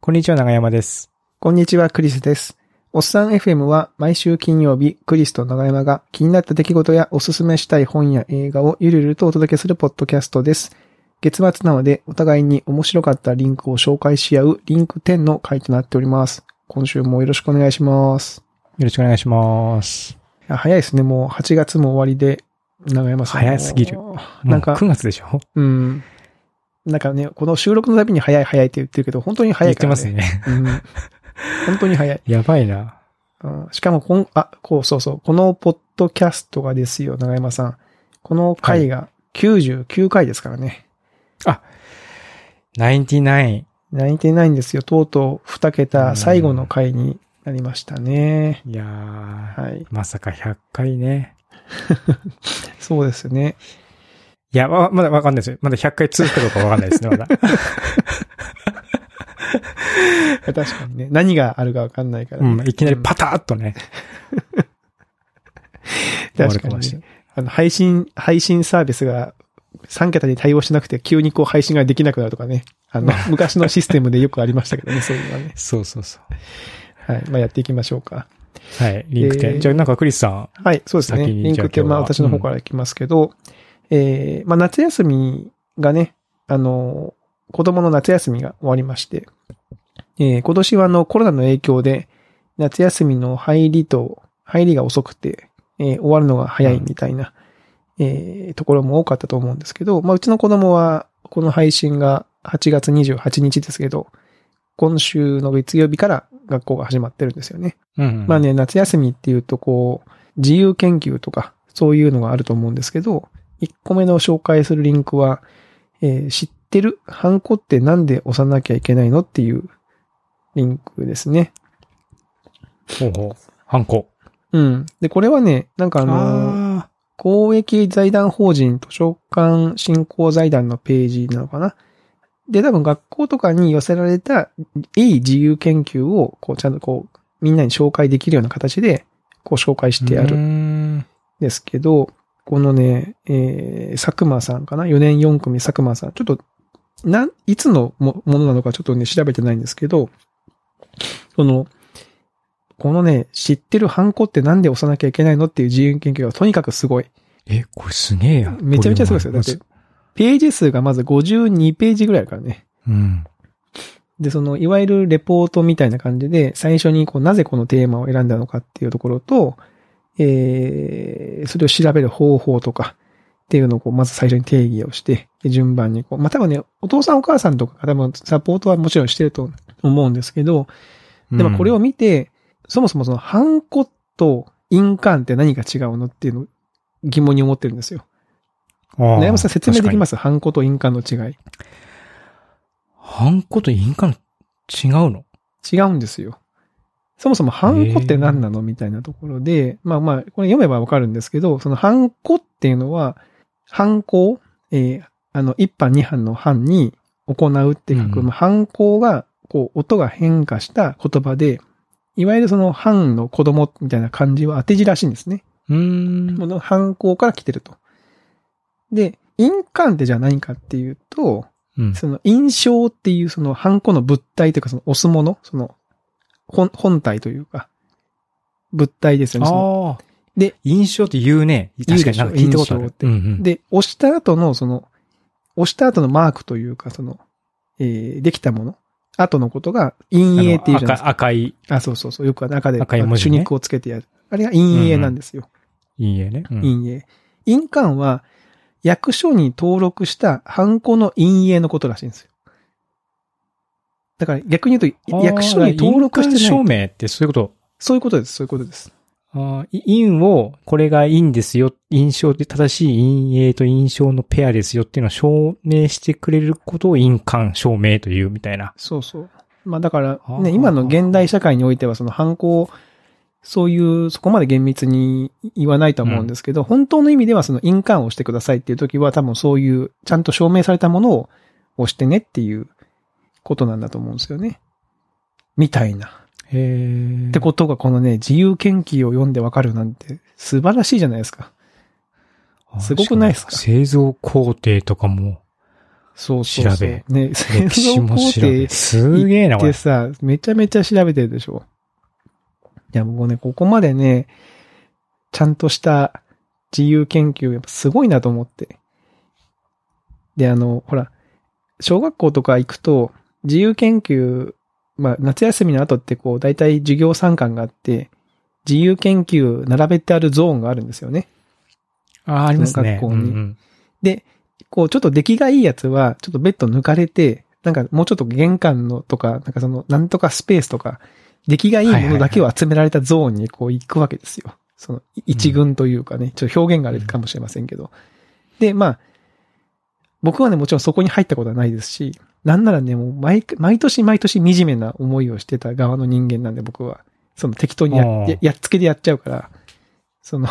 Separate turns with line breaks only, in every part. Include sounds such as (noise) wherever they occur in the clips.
こんにちは、長山です。
こんにちは、クリスです。おっさん FM は毎週金曜日、クリスと長山が気になった出来事やおすすめしたい本や映画をゆるゆるとお届けするポッドキャストです。月末なので、お互いに面白かったリンクを紹介し合うリンク10の回となっております。今週もよろしくお願いします。
よろしくお願いします。
いや早いですね、もう8月も終わりで、長山さんも。
早すぎる。
なんか
もう9月でしょ
うん。なんかね、この収録のたびに早い早いって言ってるけど、本当に早
言っ
いか
て
ら、
ま
ね。
すね。 (laughs)
ますね。うん。本当に早い。
やばいな。
うんしかもこん、あ、こう、そうそう。このポッドキャストがですよ、長山さん。この回が99回ですからね。
99。
泣いてないんですよ。とうとう2桁最後の回になりましたね。
いやー、
はい。
まさか100回ね。
そうですね。
いや、ままだわかんないですよ。まだ100回続くかどうかわかんないですね、ま
(laughs)
だ。
確かにね。 (laughs) 何があるかわかんないから、
うん、いきなり
ッ
パターっと
(laughs)
ね。終わる
確か
かも
に
しれ
ね
な。い。
あの、配信、配信サービスが3桁に対応しなくて急にこう配信ができなくなるとかね。
(laughs)
あの、昔のシステムでよくありましたけどね、そういうのはね。
そうそうそう。
はい。まあ、やっていきましょうか。
はい、リンク
え
店。
ー
じゃあ、なんかクリスさん。
はい、そうですね。
先に
リンクって、
じゃ
ま
あ
あ
今日
私
は
の方からいきますけど、えー、まあ夏休みがね、あの、子供の夏休みが終わりまして、えー、今年はあのコロナの影響で、夏休みの入りと、入りが遅くて、えー終わるのが早いみたいな、えーところも多かったと思うんですけど、まあうちの子供は、この配信が8月28日ですけど、今週の月曜日から学校が始まってるんですよね。
うん
まあ。ね、夏休みっていうとこう、自由研究とか、そういうのがあると思うんですけど、1個目の紹介するリンクは、えー知ってるハンコってなんで押さなきゃいけないのっていうリンクですね。
ほうほう。ハンコ。
うん。で、これはね、なんかあの、
あ
公益財団法人図書館振興財団のページなのかな。で、多分学校とかに寄せられたいい自由研究を、こう、ちゃんとこう、みんなに紹介できるような形で、こう紹介し
ー。
てやる
うーん
ですけど、このね、えー、佐久間さんかな ?4 年4組佐久間さん。ちょっと、なん、いつのもものなのかちょっとね、調べてないんですけど、その、このね、知ってるハンコってなんで押さなきゃいけないのっていう自由研究がとにかくすごい。
え、これすげえや。
めちゃめちゃすごいですよ。だって、ページ数がまず52ページぐらいあるからね。
うん。
で、その、いわゆるレポートみたいな感じで、最初に、こう、なぜこのテーマを選んだのかっていうところと、えー、それを調べる方法とか、っていうのを、こう、まず最初に定義をして、で順番に、こう、まあ、多分ね、お父さんお母さんとかが多分、サポートはもちろんしてると思うんですけど、でもこれを見て、そもそもその、ハンコと印鑑って何が違うのっていうのを疑問に思ってるんですよ。
うん、。
悩まさん説明できますすハンコと印鑑の違い。
ハンコと印鑑違うの
違うんですよ。そもそもハンコって何なのみたいなところで、まあまあ、これ読めばわかるんですけど、そのハンコっていうのは、犯行、えーあの、一班二班の班に行うって書
うんう
く、
ん
まあ犯行が、こう、音が変化した言葉で、いわゆるその班の子供みたいな漢字は当て字らしいんですね。
うーん
この犯行から来てると。で、印鑑ってじゃあ何かっていうと、
うん。
その印象っていうそのハンコの物体というかその押すもの、その本本体というか、物体ですよね。その
ああ。
で、
印象って言うね。
言
確か
うで
に
しょ
なんか聞いたことあ
印象っ
る。
て
うんうん、
で、押した後のその、押した後のマークというか、その、えー、できたもの、後のことが陰
あの
影っていうじゃないです
赤
か。
赤い
あそうそうそう。よく赤で
赤い文字ね
主肉をつけてやる。あれが陰影なんですよ。
陰影ね。うん
陰影。印鑑は、役所に登録したハンコの陰影のことらしいんですよ。だから逆に言う
あ
と、
ー
役所に登録してない
印。鑑証明ってそういうこと。
そういうことです、そういうことです。
ああ、い印を、これが印ですよ。印象で正しい陰影と印象のペアですよっていうのを証明してくれることを印鑑証明というみたいな。
そうそう。まあだから
あ、はあ
ね、今の現代社会においては、その犯行、そういう、そこまで厳密に言わないとは思うんですけど、本当の意味ではその印鑑を押してくださいっていう時は、多分そういう、ちゃんと証明されたものを押してねっていうことなんだと思うんですよね。みたいな。
へえ。
ってことが、このね、自由研究を読んでわかるなんて、素晴らしいじゃないですか。
あー
すごくないですか
しも製造工程とかも、
そうそうそう。
調べ
ね、
歴史も調べ。すげえな、こ
で
れ。
さ、めちゃめちゃ調べてるでしょ。いや、もうね、ここまでね、ちゃんとした自由研究、やっぱすごいなと思って。で、あの、ほら、小学校とか行くと、自由研究、まあ、夏休みの後ってこう、大体授業参観があって、自由研究並べてあるゾーンがあるんですよね。
ああ、ありますね。
学校に
うんうん
で、こう、ちょっと出来がいいやつは、ちょっとベッド抜かれて、なんかもうちょっと玄関のとか、なんかその、なんとかスペースとか、出来がいいものだけを集められたゾーンにこう行くわけですよ。その、い一軍というかね、ちょっと表現があれかもしれませんけど。で、まあ、僕はね、もちろんそこに入ったことはないですし、なんならね、もう毎回、毎年毎年惨めな思いをしてた側の人間なんで僕は、その適当にや
おー
ややっつけでやっちゃうから、その、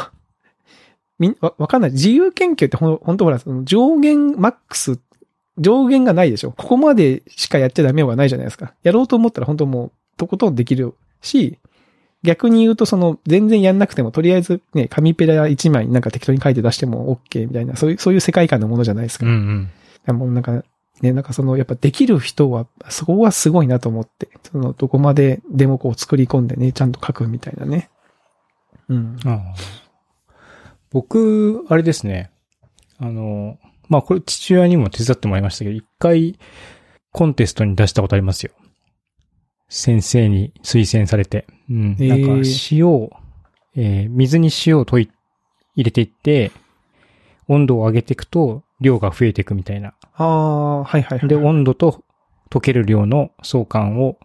(laughs) みん、わ、わかんない。自由研究ってほん、本当ほら、その上限マックス、上限がないでしょ。ここまでしかやっちゃダメはないじゃないですか。やろうと思ったら本当もう、とことんできるし、逆に言うとその、全然やんなくても、とりあえずね、紙ペラ1枚なんか適当に書いて出しても OK みたいな、そういう、そういう世界観のものじゃないですか。
うんうん。
いやもうなんか、ね、なんかその、やっぱできる人は、そこはすごいなと思って、その、どこまででもこう作り込んでね、ちゃんと書くみたいなね。うん。
ああ僕、あれですね。あの、まあ、これ父親にも手伝ってもらいましたけど、一回コンテストに出したことありますよ。先生に推薦されて。うん。
ええ
なんか塩を、えー水に塩を溶い、入れていって、温度を上げていくと量が増えていくみたいな。
ああ、はいはいはい。
で、温度と溶ける量の相関を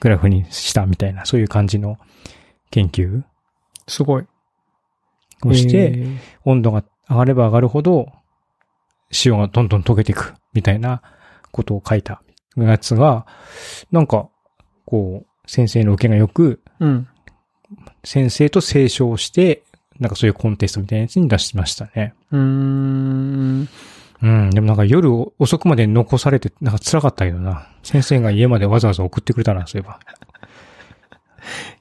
グラフにしたみたいな、そういう感じの研究
すごい。
をして、
えー
温度が上がれば上がるほど、塩がどんどん溶けていく、みたいなことを書いたやつが、なんか、こう、先生の受けが良く、
うん。
先生と清書をして、なんかそういうコンテストみたいなやつに出しましたね。
うーん。
うん、でもなんか夜遅くまで残されて、なんか辛かったけどな。先生が家までわざわざ送ってくれたな、そういえば。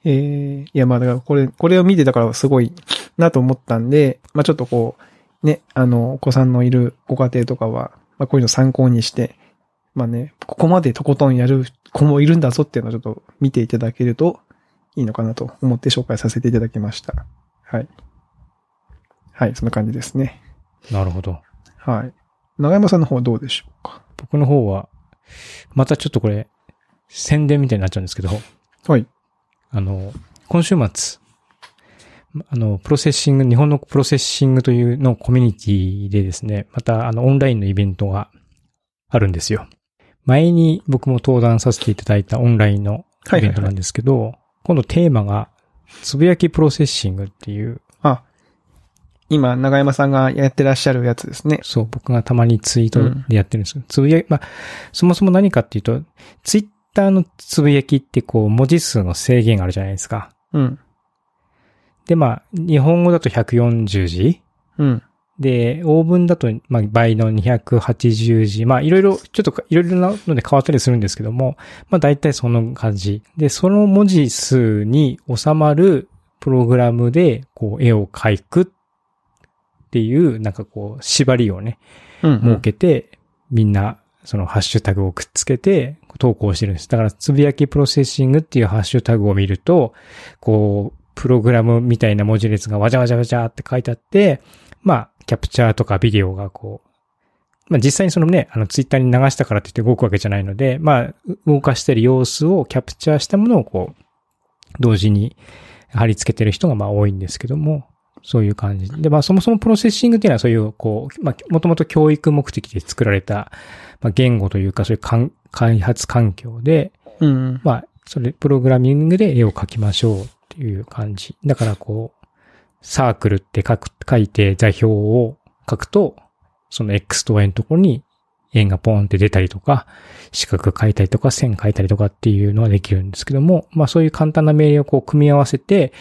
えーいや、まあだから、これ、これを見て、だからすごいなと思ったんで、まあちょっとこう、ね、あの、お子さんのいるご家庭とかは、まあこういうの参考にして、まあね、ここまでとことんやる子もいるんだぞっていうのをちょっと見ていただけるといいのかなと思って紹介させていただきました。はい。はい、そんな感じですね。
なるほど。
はい。長山さんの方どうでしょうか
僕の方は、またちょっとこれ、宣伝みたいになっちゃうんですけど、
はい。
あの、今週末、あの、プロセッシング、日本のプロセッシングというのコミュニティでですね、またあの、オンラインのイベントがあるんですよ。前に僕も登壇させていただいたオンラインのイベントなんですけど、今度テーマが、つぶやきプロセッシングっていう、
あ、今、長山さんがやってらっしゃるやつですね。
そう、僕がたまにツイートでやってるんですけど、つぶやき、まあ、そもそも何かっていうと、ツイッターのつぶやきってこう、文字数の制限があるじゃないですか。
うん。
で、まあ、日本語だと140字
うん。
で、オーブンだと、まあ、倍の280字。まあ、いろいろ、ちょっとか、いろいろなので変わったりするんですけども、まあ、大体その感じ。で、その文字数に収まるプログラムで、こう、絵を描くっていう、なんかこう、縛りをね、
うん、うん。
設けて、みんな、そのハッシュタグをくっつけて、投稿してるんです。だから、つぶやきプロセッシングっていうハッシュタグを見ると、こう、プログラムみたいな文字列がわちゃわちゃわちゃって書いてあって、まあ、キャプチャーとかビデオがこう、まあ実際にそのね、あのツイッターに流したからって言って動くわけじゃないので、まあ、う動かしてる様子をキャプチャーしたものをこう、同時に貼り付けてる人がまあ多いんですけども、そういう感じ。で、まあそもそもプロセッシングっていうのはそういう、こう、まあもともと教育目的で作られた、まあ言語というかそういうかん開発環境で、
うんうん。
まあ、それ、プログラミングで絵を描きましょうっていう感じ。だからこう、サークルって書く、書いて座標を書くと、その X と Y のところに円がポンって出たりとか、四角書いたりとか線書いたりとかっていうのはできるんですけども、まあそういう簡単な命令をこう組み合わせて、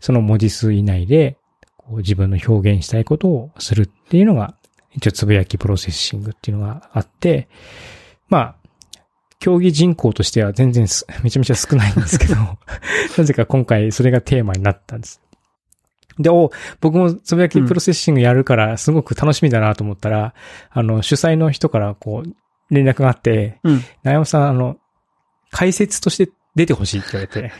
その文字数以内で、こう自分の表現したいことをするっていうのが、一応つぶやきプロセッシングっていうのがあって、まあ、競技人口としては全然す (laughs) めちゃめちゃ少ないんですけど、 (laughs) なぜか今回それがテーマになったんです。で、お、僕もつぶやきプロセッシングやるからすごく楽しみだなと思ったら、あの、主催の人からこう、連絡があって、
うん。
なやまさん、あの、解説として出てほしいって言われて。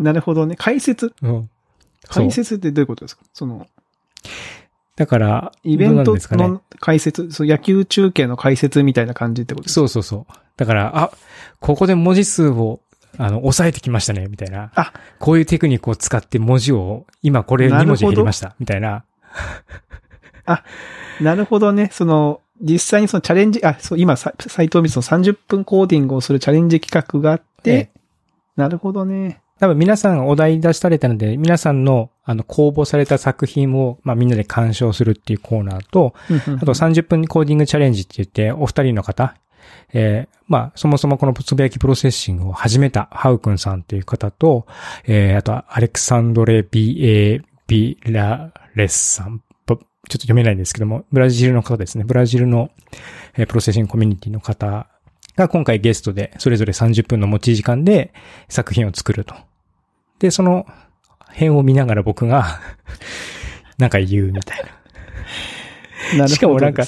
なるほどね。解説
うん。そう
解説ってどういうことですかその、
だから、
イベン
どうなん
ト
ですかね
の解説、そう野球中継の解説みたいな感じってことですか
そうそうそう。だから、あ、ここで文字数を、あの、抑えてきましたね、みたいな。
あ
こういうテクニックを使って文字を、今これ2
なるほど
文字減りました、みたいな。
なるほどね。その、実際にそのチャレンジ、あ、そう、今、さ斉藤光の30分コーディングをするチャレンジ企画があって、
え
なるほどね。
多分皆さんお題出されたので、皆さんの、あの、公募された作品を、まあみんなで鑑賞するっていうコーナーと、あと30分コーディングチャレンジって言って、お二人の方、えーまあ、そもそもこのつぶやきプロセッシングを始めたハウくんさんという方と、えーあとはアレクサンドレ・ビエ・ビラレスさん、ぼちょっと読めないんですけども、ブラジルの方ですね、ブラジルの、えープロセッシングコミュニティの方が今回ゲストで、それぞれ30分の持ち時間で作品を作ると。で、その辺を見ながら僕が、 (laughs) なんか言うみたいな。
なるほどですね
しかもなんか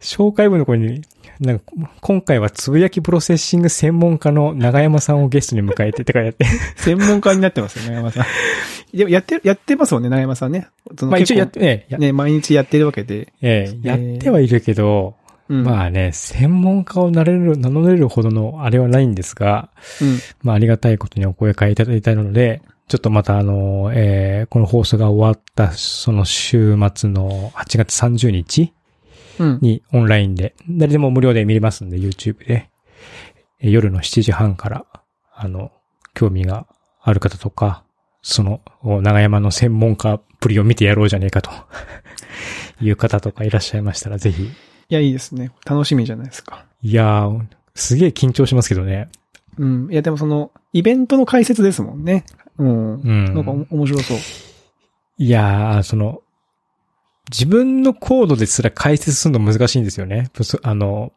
紹介文のこれに、なんか、今回はつぶやきプロセッシング専門家の長山さんをゲストに迎えてって書いてあって、
専門家になってますよ、長山さん。
(laughs)
でもやって、やってますもんね、長山さんね。その
まあ一応やって、
結
ね、や
構ね、毎日やってるわけで。
ええやってはいるけど、
うん、
まあね、専門家をなれる、名乗れるほどのあれはないんですが、
うん
まあありがたいことにお声かけいただいたので、ちょっとまたあの、ええこの放送が終わったその週末の8月30日
うん。
にオンラインで、誰でも無料で見れますんで、YouTube で。え夜の7時半から、あの、興味がある方とか、その、お長山の専門家っぷりを見てやろうじゃねえかと、 (laughs) いう方とかいらっしゃいましたら、ぜひ。
いや、いいですね。楽しみじゃないですか。
いやー、すげえ緊張しますけどね。
うん。いや、でもその、イベントの解説ですもんね。うん。
う
なんかお
ん。
面白そう。
いやー、その、自分のコードですら解説するの難しいんですよね。そあの、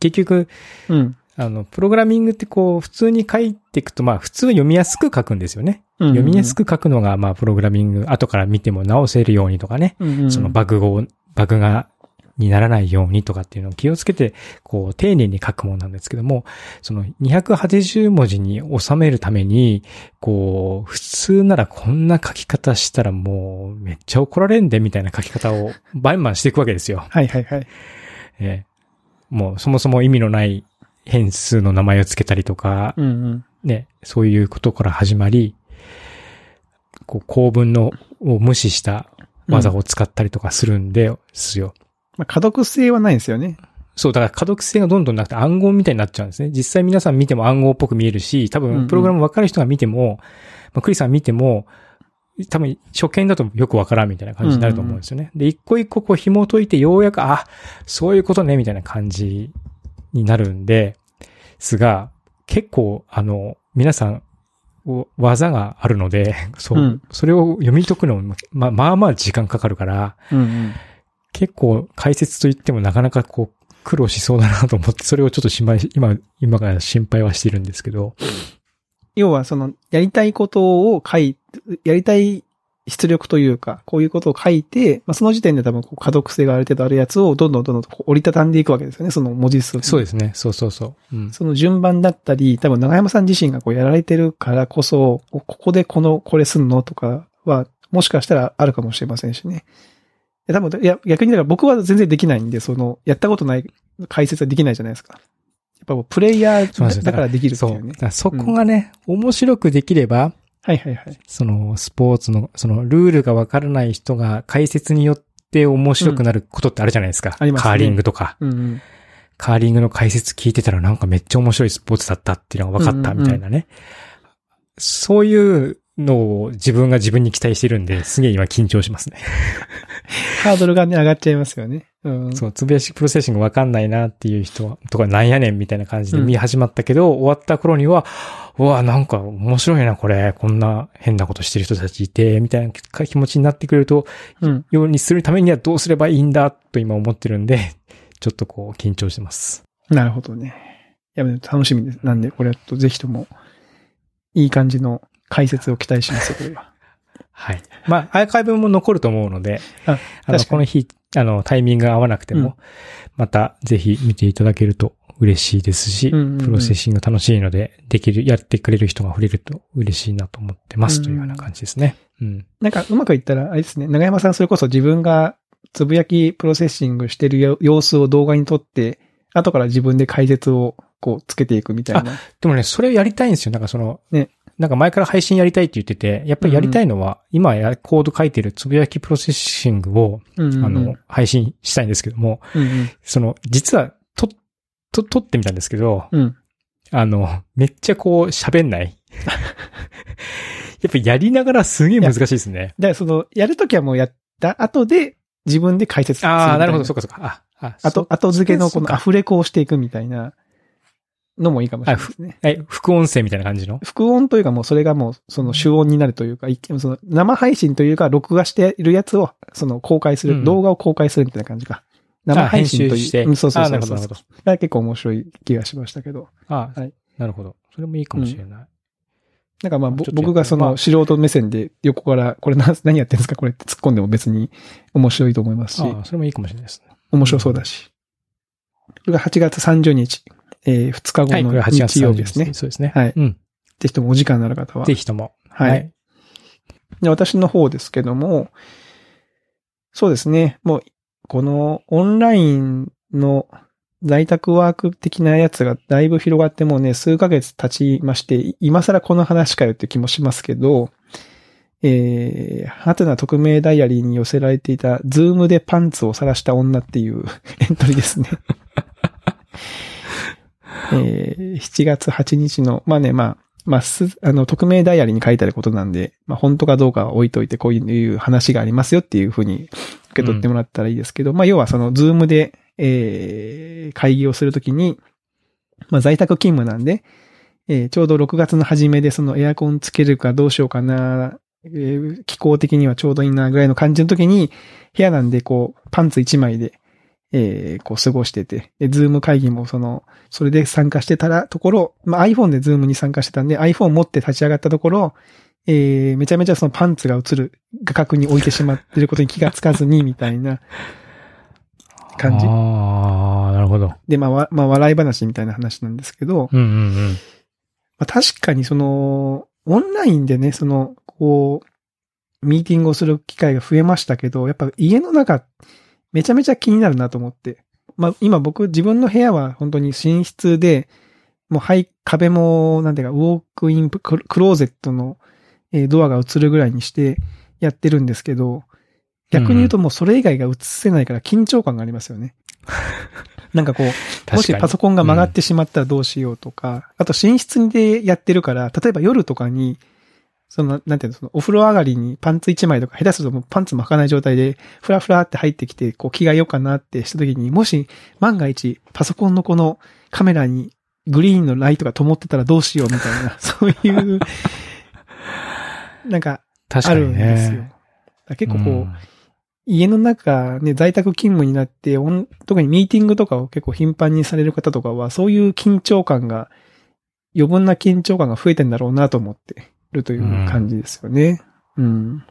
結局、
うん。
あの、プログラミングってこう、普通に書いていくと、まあ、普通は読みやすく書くんですよね。
うん
読みやすく書くのが、まあ、プログラミング、後から見ても直せるようにとかね、
うんうん、
そのバグを、バグが、にならないようにとかっていうのを気をつけて、こう、丁寧に書くものなんですけども、その280文字に収めるために、こう、普通ならこんな書き方したらもう、めっちゃ怒られんで、みたいな書き方を、バイマンしていくわけですよ。
はいはいはい。
えーもうそもそも意味のない変数の名前をつけたりとか、
うんうん。
ね、そういうことから始まり、こう構文のを無視した技を使ったりとかするんですよ。
まあ、家読性はないんですよね。
そう、だから可読性がどんどんなくて暗号みたいになっちゃうんですね。実際皆さん見ても暗号っぽく見えるし、多
うんうん
分プログラム分かる人が見ても、まあ、クリスさん見ても、多分初見だとよくわからんみたいな感じになると思うんですよね。で、一個一個こう紐解いてようやく、あ、そういうことね、みたいな感じになるんで、すが、結構、あの、皆さん、お技があるので、 (laughs) そう、
うん
それを読み解くのも、まあまあまあ時間かかるから、
うんうん。
結構解説と言ってもなかなかこう苦労しそうだなと思って、それをちょっと心配し、今、今から心配はしてるんですけど。
要はその、やりたいことを書い、やりたい出力というか、こういうことを書いて、まあ、その時点で多分こう可読性がある程度あるやつをどんどんどんどんこう折りたたんでいくわけですよね、その文字数。。
そうですすね。そうそうそう。うん。
その順番だったり、多分長山さん自身がこうやられてるからこそ、ここでこの、これすんのとかは、もしかしたらあるかもしれませんしね。いや、多分、いや、逆にだから僕は全然できないんで、その、やったことない解説はできないじゃないですか。やっぱもうプレイヤ
そうなんです
ー
よ
だからできるって
そ。
いううね
だ。からそこがね、面白くできれば、
はいはいはい。
そのスポーツの、そのルールがわからない人が解説によって面白くなることってあるじゃないですか。
ありますね
カーリングとか。
うんうん。
カーリングの解説聞いてたらなんかめっちゃ面白いスポーツだったっていうのが分かった
うんうんうん
みたいなね。そういうのを自分が自分に期待してるんで、すげえ今緊張しますね。
ハードルがね、上がっちゃいますよね。うん。
そう、つぶやしプロセッシングわかんないなっていう人はとかなんやねんみたいな感じで
うん
見始まったけど、終わった頃には、うわ、なんか面白いな、これ。こんな変なことしてる人たちいて、みたいな気持ちになってくれると、
うん。
ようにするためにはどうすればいいんだ、と今思ってるんで、 (laughs) ちょっとこう緊張してます。
なるほどね。いや、でも楽しみです。なんで、これはちょっとぜひとも、いい感じの解説を期待しますよ、これは。
はい。まあ、アーカイブも残ると思うので、
あ
あの、
確かに
この日、あの、タイミングが合わなくて
うん
も、またぜひ見ていただけると嬉しいですし、
うんうんうん
プロセッシング楽しいので、できる、やってくれる人が増えると嬉しいなと思ってます、
うん
というような感じですね。うん。
なんかうまくいったら、あれですね、長山さんそれこそ自分がつぶやきプロセッシングしてるよ様子を動画に撮って、後から自分で解説をこうつけていくみたいな。
でもね、それをやりたいんですよ。なんかその、
ね
なんか前から配信やりたいって言ってて、やっぱりやりたいのは、今やコード書いてるつぶやきプロセッシングを、
うんうんうん
あの、、配信したいんですけども、
うん
その、実は、と、と、撮ってみたんですけど、
うん。うん。
あの、めっちゃこう喋んない (laughs) やっぱやりながらすげえ難しいですね。
だからその、やるときはもうやった後で自分で解説するみたい
ああ、なるほど、そうかそうか。あ、あ、
あ
そう
と、、後付けのこ
そう
の
か
アフレコをしていくみたいなのもいいかもしれないですね。
え、副音声みたいな感じの
副音というかもうそれがもうその主音になるというか、一その生配信というか録画しているやつをその公開する、
うん
動画を公開するみたいな感じか。生
あ
配信と
編
い
集
う。
して。
うんそうそう
あ
そ
な
う
る
そ
ほ
う
ど、なるほど。
だから結構面白い気がしましたけど。
あ
はい
なるほど。それもいいかもしれない。
なんかまあぼ
ちょっとやって
僕がそ
ま
の
あ
素人目線で横からこれな (laughs) 何やってんですかこれって突っ込んでも別に面白いと思いますし、
ああ、それもいいかもしれないですね。
面白そうだし。これが8月30日、えー、2日
はい、
後
これ
の
は8月
日
30
曜
日
日ですね。
そうですね。
はい
うん。
ぜひともお時間のある方は
ぜ。ひとも。
はい。。で、私の方ですけども、そうですね。もう、このオンラインの在宅ワーク的なやつがだいぶ広がってもうね、数ヶ月経ちまして、い今更この話かよって気もしますけど、えー、ハテナ匿名ダイアリーに寄せられていた、ズームでパンツを晒した女っていう (laughs) エントリーですね。えー、7月8日の、まあね、まあ、まあ、す、あの、匿名ダイアリーに書いてあることなんで、まあ、本当かどうかは置いといて、こういう話がありますよっていうふうに受け取ってもらったらいいですけど、まあ、要はその、ズームで、えー、会議をするときに、まあ、在宅勤務なんで、えーちょうど6月の初めでそのエアコンつけるかどうしようかな、えー気候的にはちょうどいいなぐらいの感じの時に、部屋なんでこう、パンツ1枚で、えーこう過ごしてて、で、ズーム会議もその、それで参加してたら、ところ、まあ、iPhone でズームに参加してたんで、iPhone 持って立ち上がったところ、えーめちゃめちゃそのパンツが映る画角に置いてしまってることに気がつかずに、みたいな感じ。
ああ、なるほど。
で、まあ、わまあ、笑い話みたいな話なんですけど、
うんうんうん。
まあ、確かにその、オンラインでね、その、こう、ミーティングをする機会が増えましたけど、やっぱ家の中、めちゃめちゃ気になるなと思って。まあ今僕、自分の部屋は本当に寝室で、もうはい、壁も、なんていうか、ウォークインクロクローゼットの、えードアが映るぐらいにしてやってるんですけど、逆に言うともうそれ以外が映せないから緊張感がありますよね。なんかこう、も
確
し
かに。
パソコンが曲がってしまったらどうしようとか、あと寝室でやってるから、例えば夜とかに、その、なんていうの、そのお風呂上がりにパンツ1枚とか、下手するともうパンツ巻かない状態で、ふらふらって入ってきて、こう着替えようかなってした時に、もし万が一、パソコンのこのカメラにグリーンのライトが灯ってたらどうしようみたいな、 (laughs) そういう、なんか、
確
あ
か
る
に
ん
ね。
ですよ。結構こう、
ん
家の中、ね、在宅勤務になって、オン特にミーティングとかを結構頻繁にされる方とかは、そういう緊張感が、余分な緊張感が増えてんだろうなと思ってるという感じですよね。うん。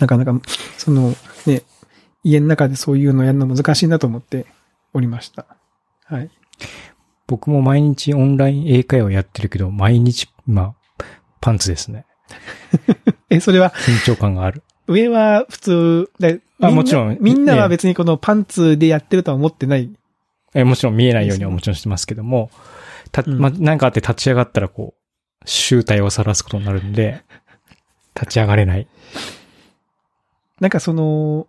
なかなか、その、ね、家の中でそういうのやるの難しいなと思っておりました。はい。
僕も毎日オンライン英会話やってるけど、毎日、まあ、パンツですね。
え、それは、
緊張感がある。
上は普通、で
あ
みな
もちろん
みんなは
ね
別にこのパンツでやってるとは思ってない。
えもちろん見えないようには
ですね
もちろんしてますけども、た、
うん
ま、なんかあって立ち上がったらこう、集体を晒すことになるんで、 (laughs) 立ち上がれない。
なんかその、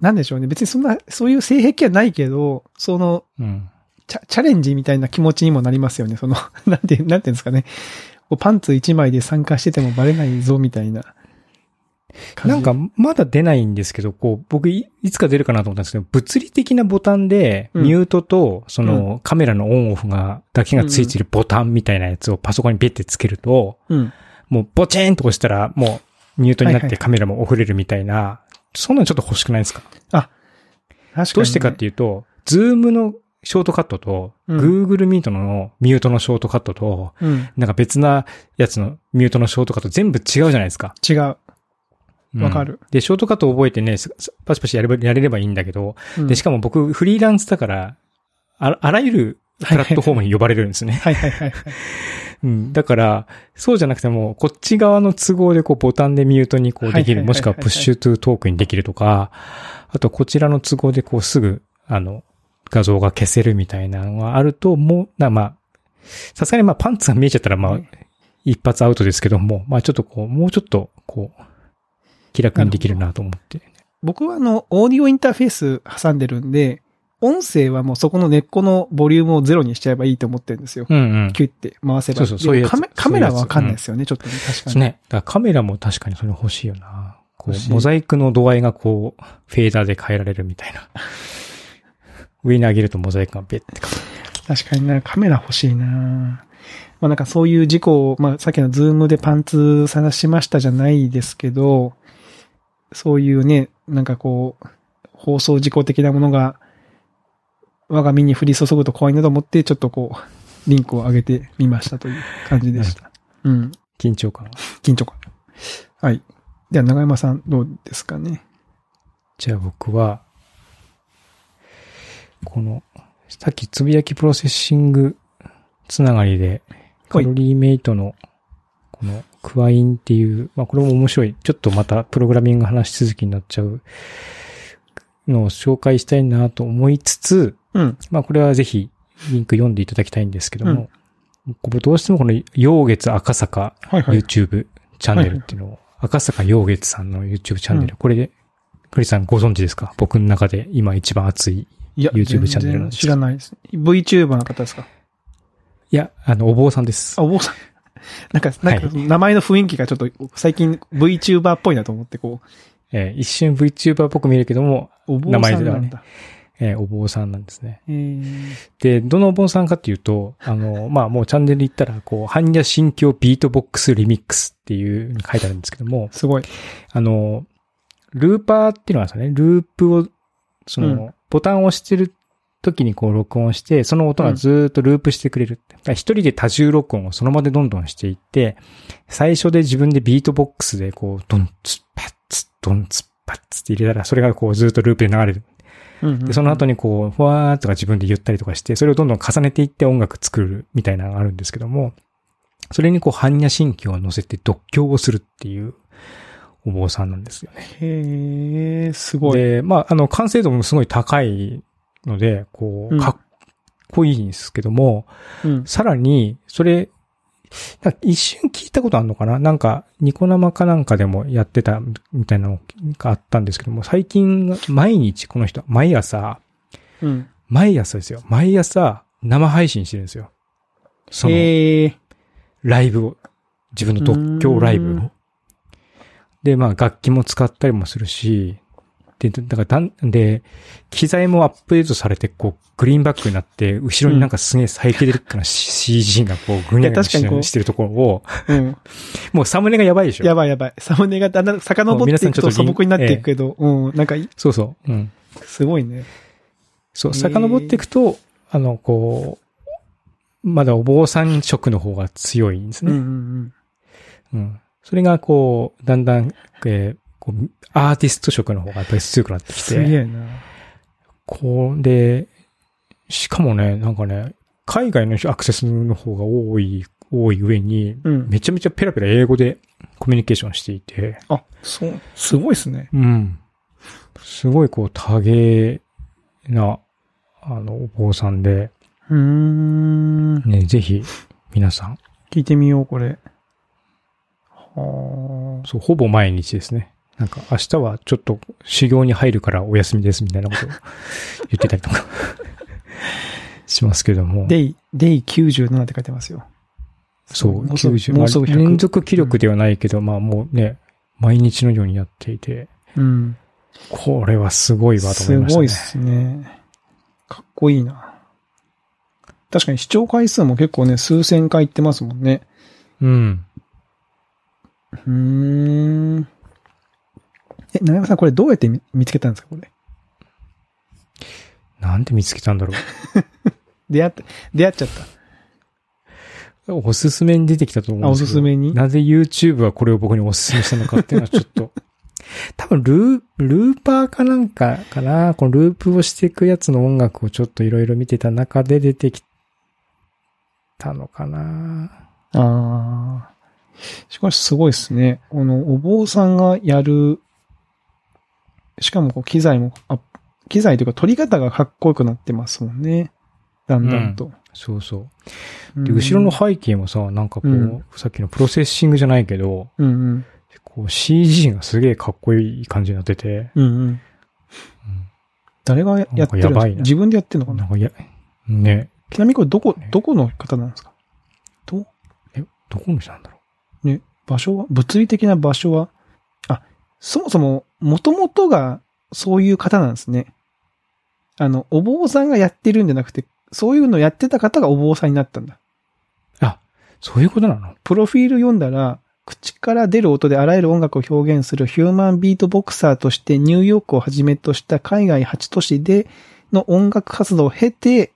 なんでしょうね。別にそんな、そういう性癖はないけど、その、
うん。
チャチャレンジみたいな気持ちにもなりますよね。その、 (laughs) なんて、なんていうんですかね。こうパンツ一枚で参加しててもバレないぞ、みたいな感じ。
なんか、まだ出ないんですけど、こう、僕い、いつか出るかなと思ったんですけど、物理的なボタンで、
うん
ミュートと、その、カメラのオンオフが、だけがついてるボタンみたいなやつをパソコンにベッてつけると、
うん。
もう、ボチーンと押したら、もう、ミュートにな
は
っ
いは
て
い
カメラもオフれるみたいな、そんなのちょっと欲しくないですか
確かに、ね。
どうしてかっていうと、ズームのショートカットと、
うん
Google Meet のミュートのショートカットと、
うん。
なんか別なやつのミュートのショートカット全部違うじゃないですか。
違う。
うん
わかる。
で、ショートカット覚えてね、すすパシパシやれば、やれればいいんだけど、
うん
で、しかも僕、フリーランスだから、ああらゆるプラットフォームに呼ばれるんですね。
はいはいはい。
うん。だから、そうじゃなくても、こっち側の都合でこうボタンでミュートにこうできる、
はいはいはいはい
もしくはプッシュトゥートークにできるとか、あとこちらの都合でこうすぐ、あの、画像が消せるみたいなのがあると、もう、な、まあ、さすがにまあパンツが見えちゃったらま
は
あ
い、
一発アウトですけども、まあちょっとこう、もうちょっと、こう、気楽にできるなと思って。
僕はあの、オーディオインターフェース挟んでるんで、音声はもうそこの根っこのボリュームをゼロにしちゃえばいいと思ってるんですよ。
うんうん。
キュッて回せば。
そうそうそういうやつ
カメカメラはわかんないですよね、ちょっとね、確かに。
ね。だからカメラも確かにそれ欲しいよな。こ
欲し
う、
い
モザイクの度合いがこう、フェーダーで変えられるみたいな。 (laughs) 上に上げるとモザイクがベッてかかる。
確かにな、カメラ欲しいなまあなんかそういう事故を、まあさっきのズームでパンツ探しましたじゃないですけど、そういうね、なんかこう、放送事故的なものが、我が身に降り注ぐと怖いなと思って、ちょっとこう、リンクを上げてみましたという感じでした。うん。
緊張感が。
緊張感。はい。では、長山さん、どうですかね。
じゃあ僕は、この、さっきつぶやきプロセッシングつながりで、カ
はい
ロリーメイトの、この、クワインっていう、まあこれも面白い。ちょっとまたプログラミング話し続きになっちゃうのを紹介したいなと思いつつ、
うん。
まあこれはぜひリンク読んでいただきたいんですけど
うん
も、僕どうしてもこの陽月赤坂
はいはい。
YouTube チャンネルっていうのを、赤坂陽月さんの YouTube チャンネル、これで、クリスさんご存知ですか僕の中で今一番熱い。
いや
YouTube チャンネルなんで
全然
す
知らないです。VTuber の方ですか
いや、あの、お坊さんです
あ、。お坊さん。 (laughs) なんか、なんか、
は
名前の雰囲気がちょっと、最近 VTuber っぽいなと思って、こ
えー一瞬 VTuber っぽく見えるけども、
う、お坊さん
名前で
な
は
ん
ね
だ。
えーお坊さんなんですね。
えー
で、どのお坊さんかっていうと、あ
(laughs)
の、まあもうチャンネル行ったら、こう、般若心経ビートボックスリミックスっていうのが書いてあるんですけども、
すごい。
あの、ルーパーっていうのはですね、ループを、その、
うん
ボタンを押してる時にこう録音して、その音がずーっとループしてくれるって。だから一人で多重録音をその場でどんどんしていって、最初で自分でビートボックスでこう、ドンツッパッツッ、ドンツッパッツって入れたら、それがこうずーっとループで流れる。で、その後
に。
にこう、ふわーっとか自分で言ったりとかして、それをどんどん重ねていって音楽作るみたいなのがあるんですけども、それにこう、般若心経を乗せて読経をするっていうお坊さんなんですよね。
へえ、すごい。
で、まあ、あの、完成度もすごい高いので、こ
う
う、
ん
かっこいいんですけども、
うん
さらに、それ、なんか一瞬聞いたことあるのかななんか、ニコ生かなんかでもやってたみたいなのがあったんですけども、最近、毎日この人、毎朝、
うん。
毎朝ですよ。毎朝、生配信してるんですよ。その、
へえ、
ライブを。自分の独協ライブ
うーん
を。で、まあ、楽器も使ったりもするし、で、だからだん、で、機材もアップデートされて、こう、グリーンバックになって、後ろになんかすげえサイケデリックな CG がこう、ぐにゃぐにゃ
いや確かにこう
ししてるところを、
うん。
もうサムネがやばいでしょ
や。ばいやばい。サムネがだんだん遡っていくと素朴になっていくけど、うん。なんかい、
そうそう。うん。
すごいね。
そ
へ
う、
ー
遡っていくと、あの、こう、まだお坊さん色の方が強いんです
うん
ね。
うんうん。
うん。それがこう、だんだん、えーこうアーティスト色の方がやっぱり強くなってき
すげ
て、
えな。
こう、で、しかもね、なんかね、海外のアクセスの方が多い、多い上に、
うん。
めちゃめちゃペラペラ英語でコミュニケーションしていて、
あ、そう、すごいですね。
うん。すごいこう、多芸な、あの、お坊さんで、
うーん。
ね、ぜひ、皆さん、
聞いてみよう、これ。はあ。
そう、ほぼ毎日ですね。なんか、明日はちょっと修行に入るからお休みですみたいな
(laughs)
ことを言ってたりとかしますけども。
デイ、デイ97って書いてますよ。
そう、
もうすぐ
90、
もうすぐ
まあ
100
連続気力ではないけど、まあもうね、毎日のようにやっていて、
うん。
これはすごいわと思
す
いました
ごい
ね。
っすね。かっこいいな。確かに視聴回数も結構ね、数千回いってますもんね。
うん。
うーん。え、長山さん、これどうやって見見つけたんですか、これ。
なんて見つけたんだろ
出会って、出会っちゃった。
う。おすすめに出てきたと思うんですけど。
あおすすめに
なぜ YouTube はこれを僕におすすめしたのかっていうのはちょっと (laughs) 多分ルー、ルーパーかなんかかな。このループをしていくやつの音楽をちょっといろいろ見てた中で出てきたのかな。
ああ。しかしすごいですね。このお坊さんがやる、しかもこう機材も、あ、機材というか取り方がかっこよくなってますもんね。だんだんと。
そうそう。で、後ろの背景もさ、なんかこう、
うん
さっきのプロセッシングじゃないけど、
うんうん。
こう CG がすげえかっこいい感じになってて、
うんうん。誰がやって
なん
る
かや
ん
ばいな
ですか自分でやってるのか
な
なん
かや、ね、
ちなみにこれどこ、どこの方なんですかと、
どこの人なんだろ
ね、場所は、物理的な場所は、あ、そもそも、元々がそういう方なんですね。あの、お坊さんがやってるんじゃなくて、そういうのやってた方がお坊さんになったんだ。
う。そういうことなの
プロフィール読んだら、口から出る音であらゆる音楽を表現するヒューマンビートボクサーとしてニューヨークをはじめとした海外8都市での音楽活動を経て、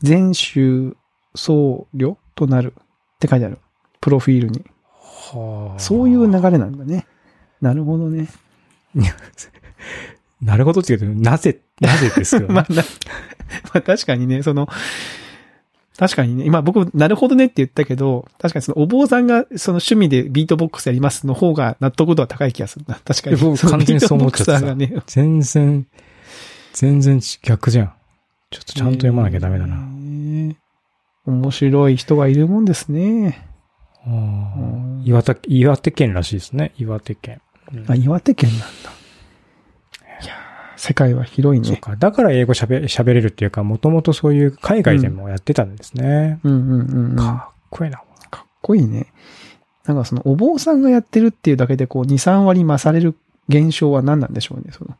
全州僧侶となるって書いてある。プロフィールに。
はあ。
そういう流れなんだね。なるほどね。
なるほどって言うけど、なぜ、なぜですよね。
まあ、な (laughs) まあ確かにね、その、確かにね、今僕、なるほどねって言ったけど、確かにそのお坊さんがその趣味でビートボックスやりますの方が納得度は高い気がするな。確かに。
いや僕
の
完全にそう思っちゃってた
ビートボクサーがね、
全然、全然逆じゃん。ちょっとちゃんと読まなきゃダメだな。
ねえ。面白い人がいるもんですね。
あ
う
ー
ん
岩手、岩手県らしいですね。岩手県。うん
あ、岩手県なんだ。いやー世界は広い
そう
ね。
か。だから英語喋喋れるっていうか、もともとそういう海外でもやってたんですね。
うんうんうんうん。か
かっこいいな。
っこいいね。なんかそのお坊さんがやってるっていうだけでこう2、3割増される現象は何なんでしょうね。その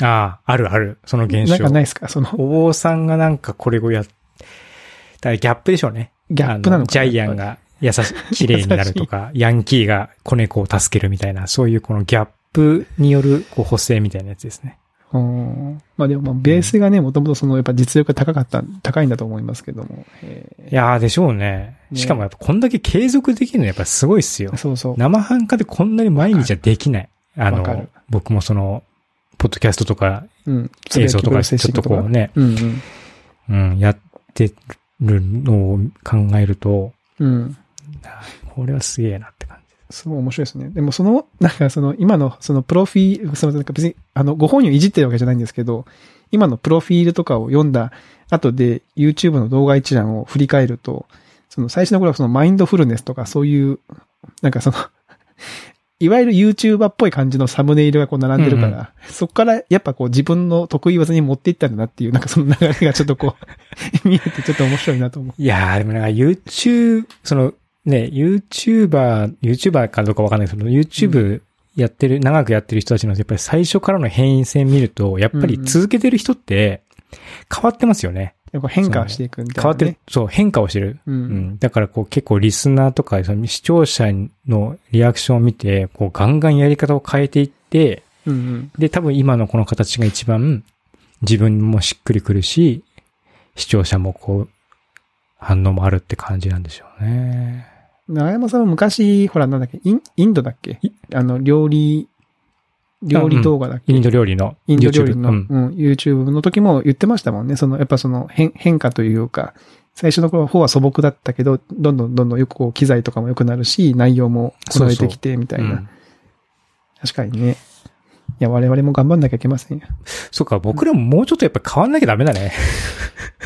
ああ、あるある。その現
なん
象
か。ないですかその、
お坊さんがなんかこれをやっ、だからギャップでしょうね。
ギャップなのか
あジャイアンが優しい、綺麗になる
(laughs)
とか、ヤンキーが子猫を助けるみたいな、そういうこのギャップによるこう補正みたいなやつですね。
うんまあでも、まあ、ベースがね、もともとその、やっぱ実力が高かった、高いんだと思いますけども。え
いやーでしょうね。
ね
しかもやっぱこんだけ継続できるのやっぱすごいっすよ (laughs)
ー。そうそう。
生半可でこんなに毎日はできない。あ
わか
の
る、
僕もその、ポッドキャストとか
うん。
映像とか
つ
ちょ
ぶやきプロセッシ
っ
ング
とこうね、
うん
うん、やってるのを考えると、
うん。うん。
あーこれはすげえなって感じ。
すごい面白いですね。でもその、なんかその、今のそのプロフィール、そのなんか別に、あの、ご本人をいじってるわけじゃないんですけど、今のプロフィールとかを読んだ後で、YouTube の動画一覧を振り返ると、その最初の頃はそのマインドフルネスとかそういう、なんかその、 (laughs) いわゆる YouTuber っぽい感じのサムネイルがこう並んでるから、
うんう
そこからやっぱこう自分の得意技に持っていったんだなっていう、なんかその流れがちょっとこう、見 (laughs) えてちょっと面白いなと思う。
いやー、でもなんか YouTube、そのね、YouTuber、YouTuber かどうかわかんないけど、YouTube やってる、長くやってる人たちのやっぱり最初からの変異性見ると、やっぱり
うんうん
続けてる人って変わってますよね。
やっぱ変化していくみた
変
いな、
わ
ね。
ってる、そう、変化をしてる。
う。
うんん。だからこう結構リスナーとか、その視聴者のリアクションを見て、こうガンガンやり方を変えていって、
うんうん。
で、多分今のこの形が一番自分もしっくりくるし、視聴者もこう、反応もあるって感じなんでしょうね。
長山さんは昔、ほら、なんだっけ、インインドだっけ
い
あの、料理、料理動画だっけ、
インド料理の。
インド料理
YouTube
の、う
うん
ん、YouTube の時も言ってましたもんね。その、やっぱその変、変化というか、最初の頃の方は素朴だったけど、どんどんどんどんよくこう、機材とかも良くなるし、内容もこなれてきて、みたいな。
うん
確かにね。いや、我々も頑張んなきゃいけませんよ。
そうか、僕らももうちょっとやっぱ変わんなきゃダメだね。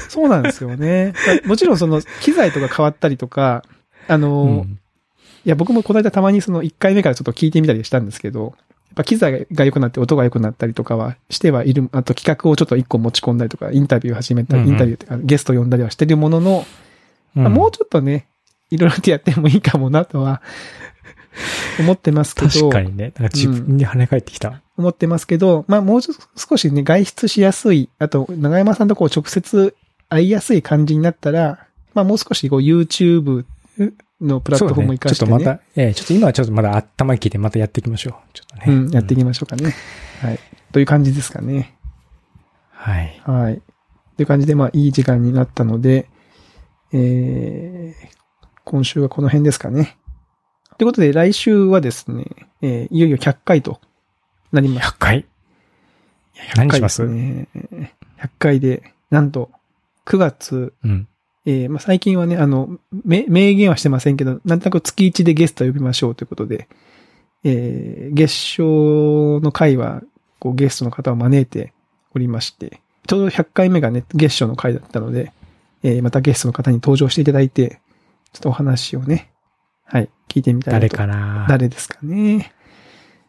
そうなんですよね。 (laughs) もちろんその、機材とか変わったりとか、あの、
うん
いや、僕もこの間たまにその1回目からちょっと聞いてみたりしたんですけど、やっぱ機材が良くなって音が良くなったりとかはしてはいる、あと企画をちょっと1個持ち込んだりとか、インタビュー始めた
うん
り、
うん
インタビューとかゲスト呼んだりはしてるものの、まあもうちょっとね、いろいろとやってもいいかもなとは (laughs) 思ってますけ
確
ど、
かにね。なんか自分に跳ね返ってきた。
思ってますけど、まあもうちょっと少しね、外出しやすい、あと長山さんとこう直接会いやすい感じになったら、まあもう少しこう YouTube のプラッ
そう
トフォームを活かし
ね、ちょ
て、ね
っとまた、ええちょっと今はちょっとまだ頭切いてまたやっていきましょう。ちょっとね。
うん、やっていきましょうかね。はい。という感じですかね。
はい。
はい。という感じで、まあ、いい時間になったので、えー、今週はこの辺ですかね。ということで、来週はですね、えーいよいよ100回となります。
100回何します
100回ですね。100回で、なんと、9月、
うん。
えーまあ、最近はね、あの、め明言はしてませんけど、なんとなく月1でゲスト呼びましょうということで、えー月賞の回は、こう、ゲストの方を招いておりまして、ちょうど100回目がね、月賞の回だったので、えーまたゲストの方に登場していただいて、ちょっとお話をね、はい、聞いてみたいなと
誰かな
誰ですかね、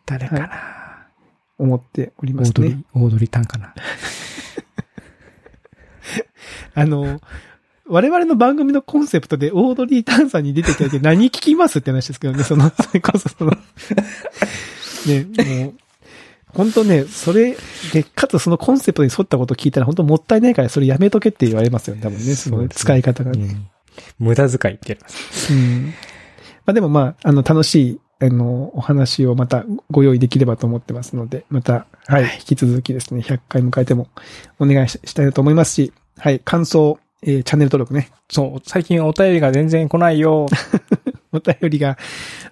誰かな、
思っており
オ
ま
ー
す
ドリ
ね。
ー、オードリータンかな
あの、我々の番組のコンセプトでオードリー・タンさんに出ていただいて何聞きますって話ですけどね、その、それこそその、ね、もう、本当ね、それで、かつそのコンセプトに沿ったことを聞いたら本当もったいないからそれやめとけって言われますよね、多分ね、そ
そう
の
ですね
使い方がね。
うん無駄遣いってやります。
うんまあでもまあ、あの、楽しい、あの、お話をまたご用意できればと思ってますので、また、はい、引き続きですね、100回迎えてもお願いししたいなと思いますし、はい、感想、えーチャンネル登録ね、
そう、最近お便りが全然来ないよ。
お便りが、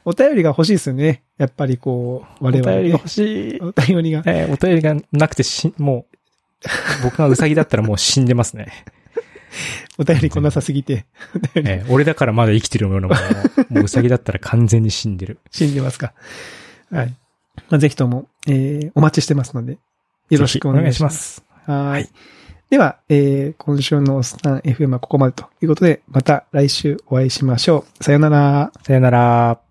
お便りが欲しいですよね。やっぱりこう、
お
我
便り
々、
が
ね。
欲しい。
お便りが。
えーお便りがなくてし、もう、僕がウサギだったらもう死んでます
(laughs)
ね。
お便り来なさすぎて、
えー俺だからまだ生きてるようなものもうウサギだったら完全に死んでる。
死んでますか。はい。まあ、ぜひとも、えーお待ちしてますので、よろしくお願いします。
す。
は
はいい。
では、えー今週のスタン FM はここまでということで、また来週お会いしましょう。さよなら。
さよなら。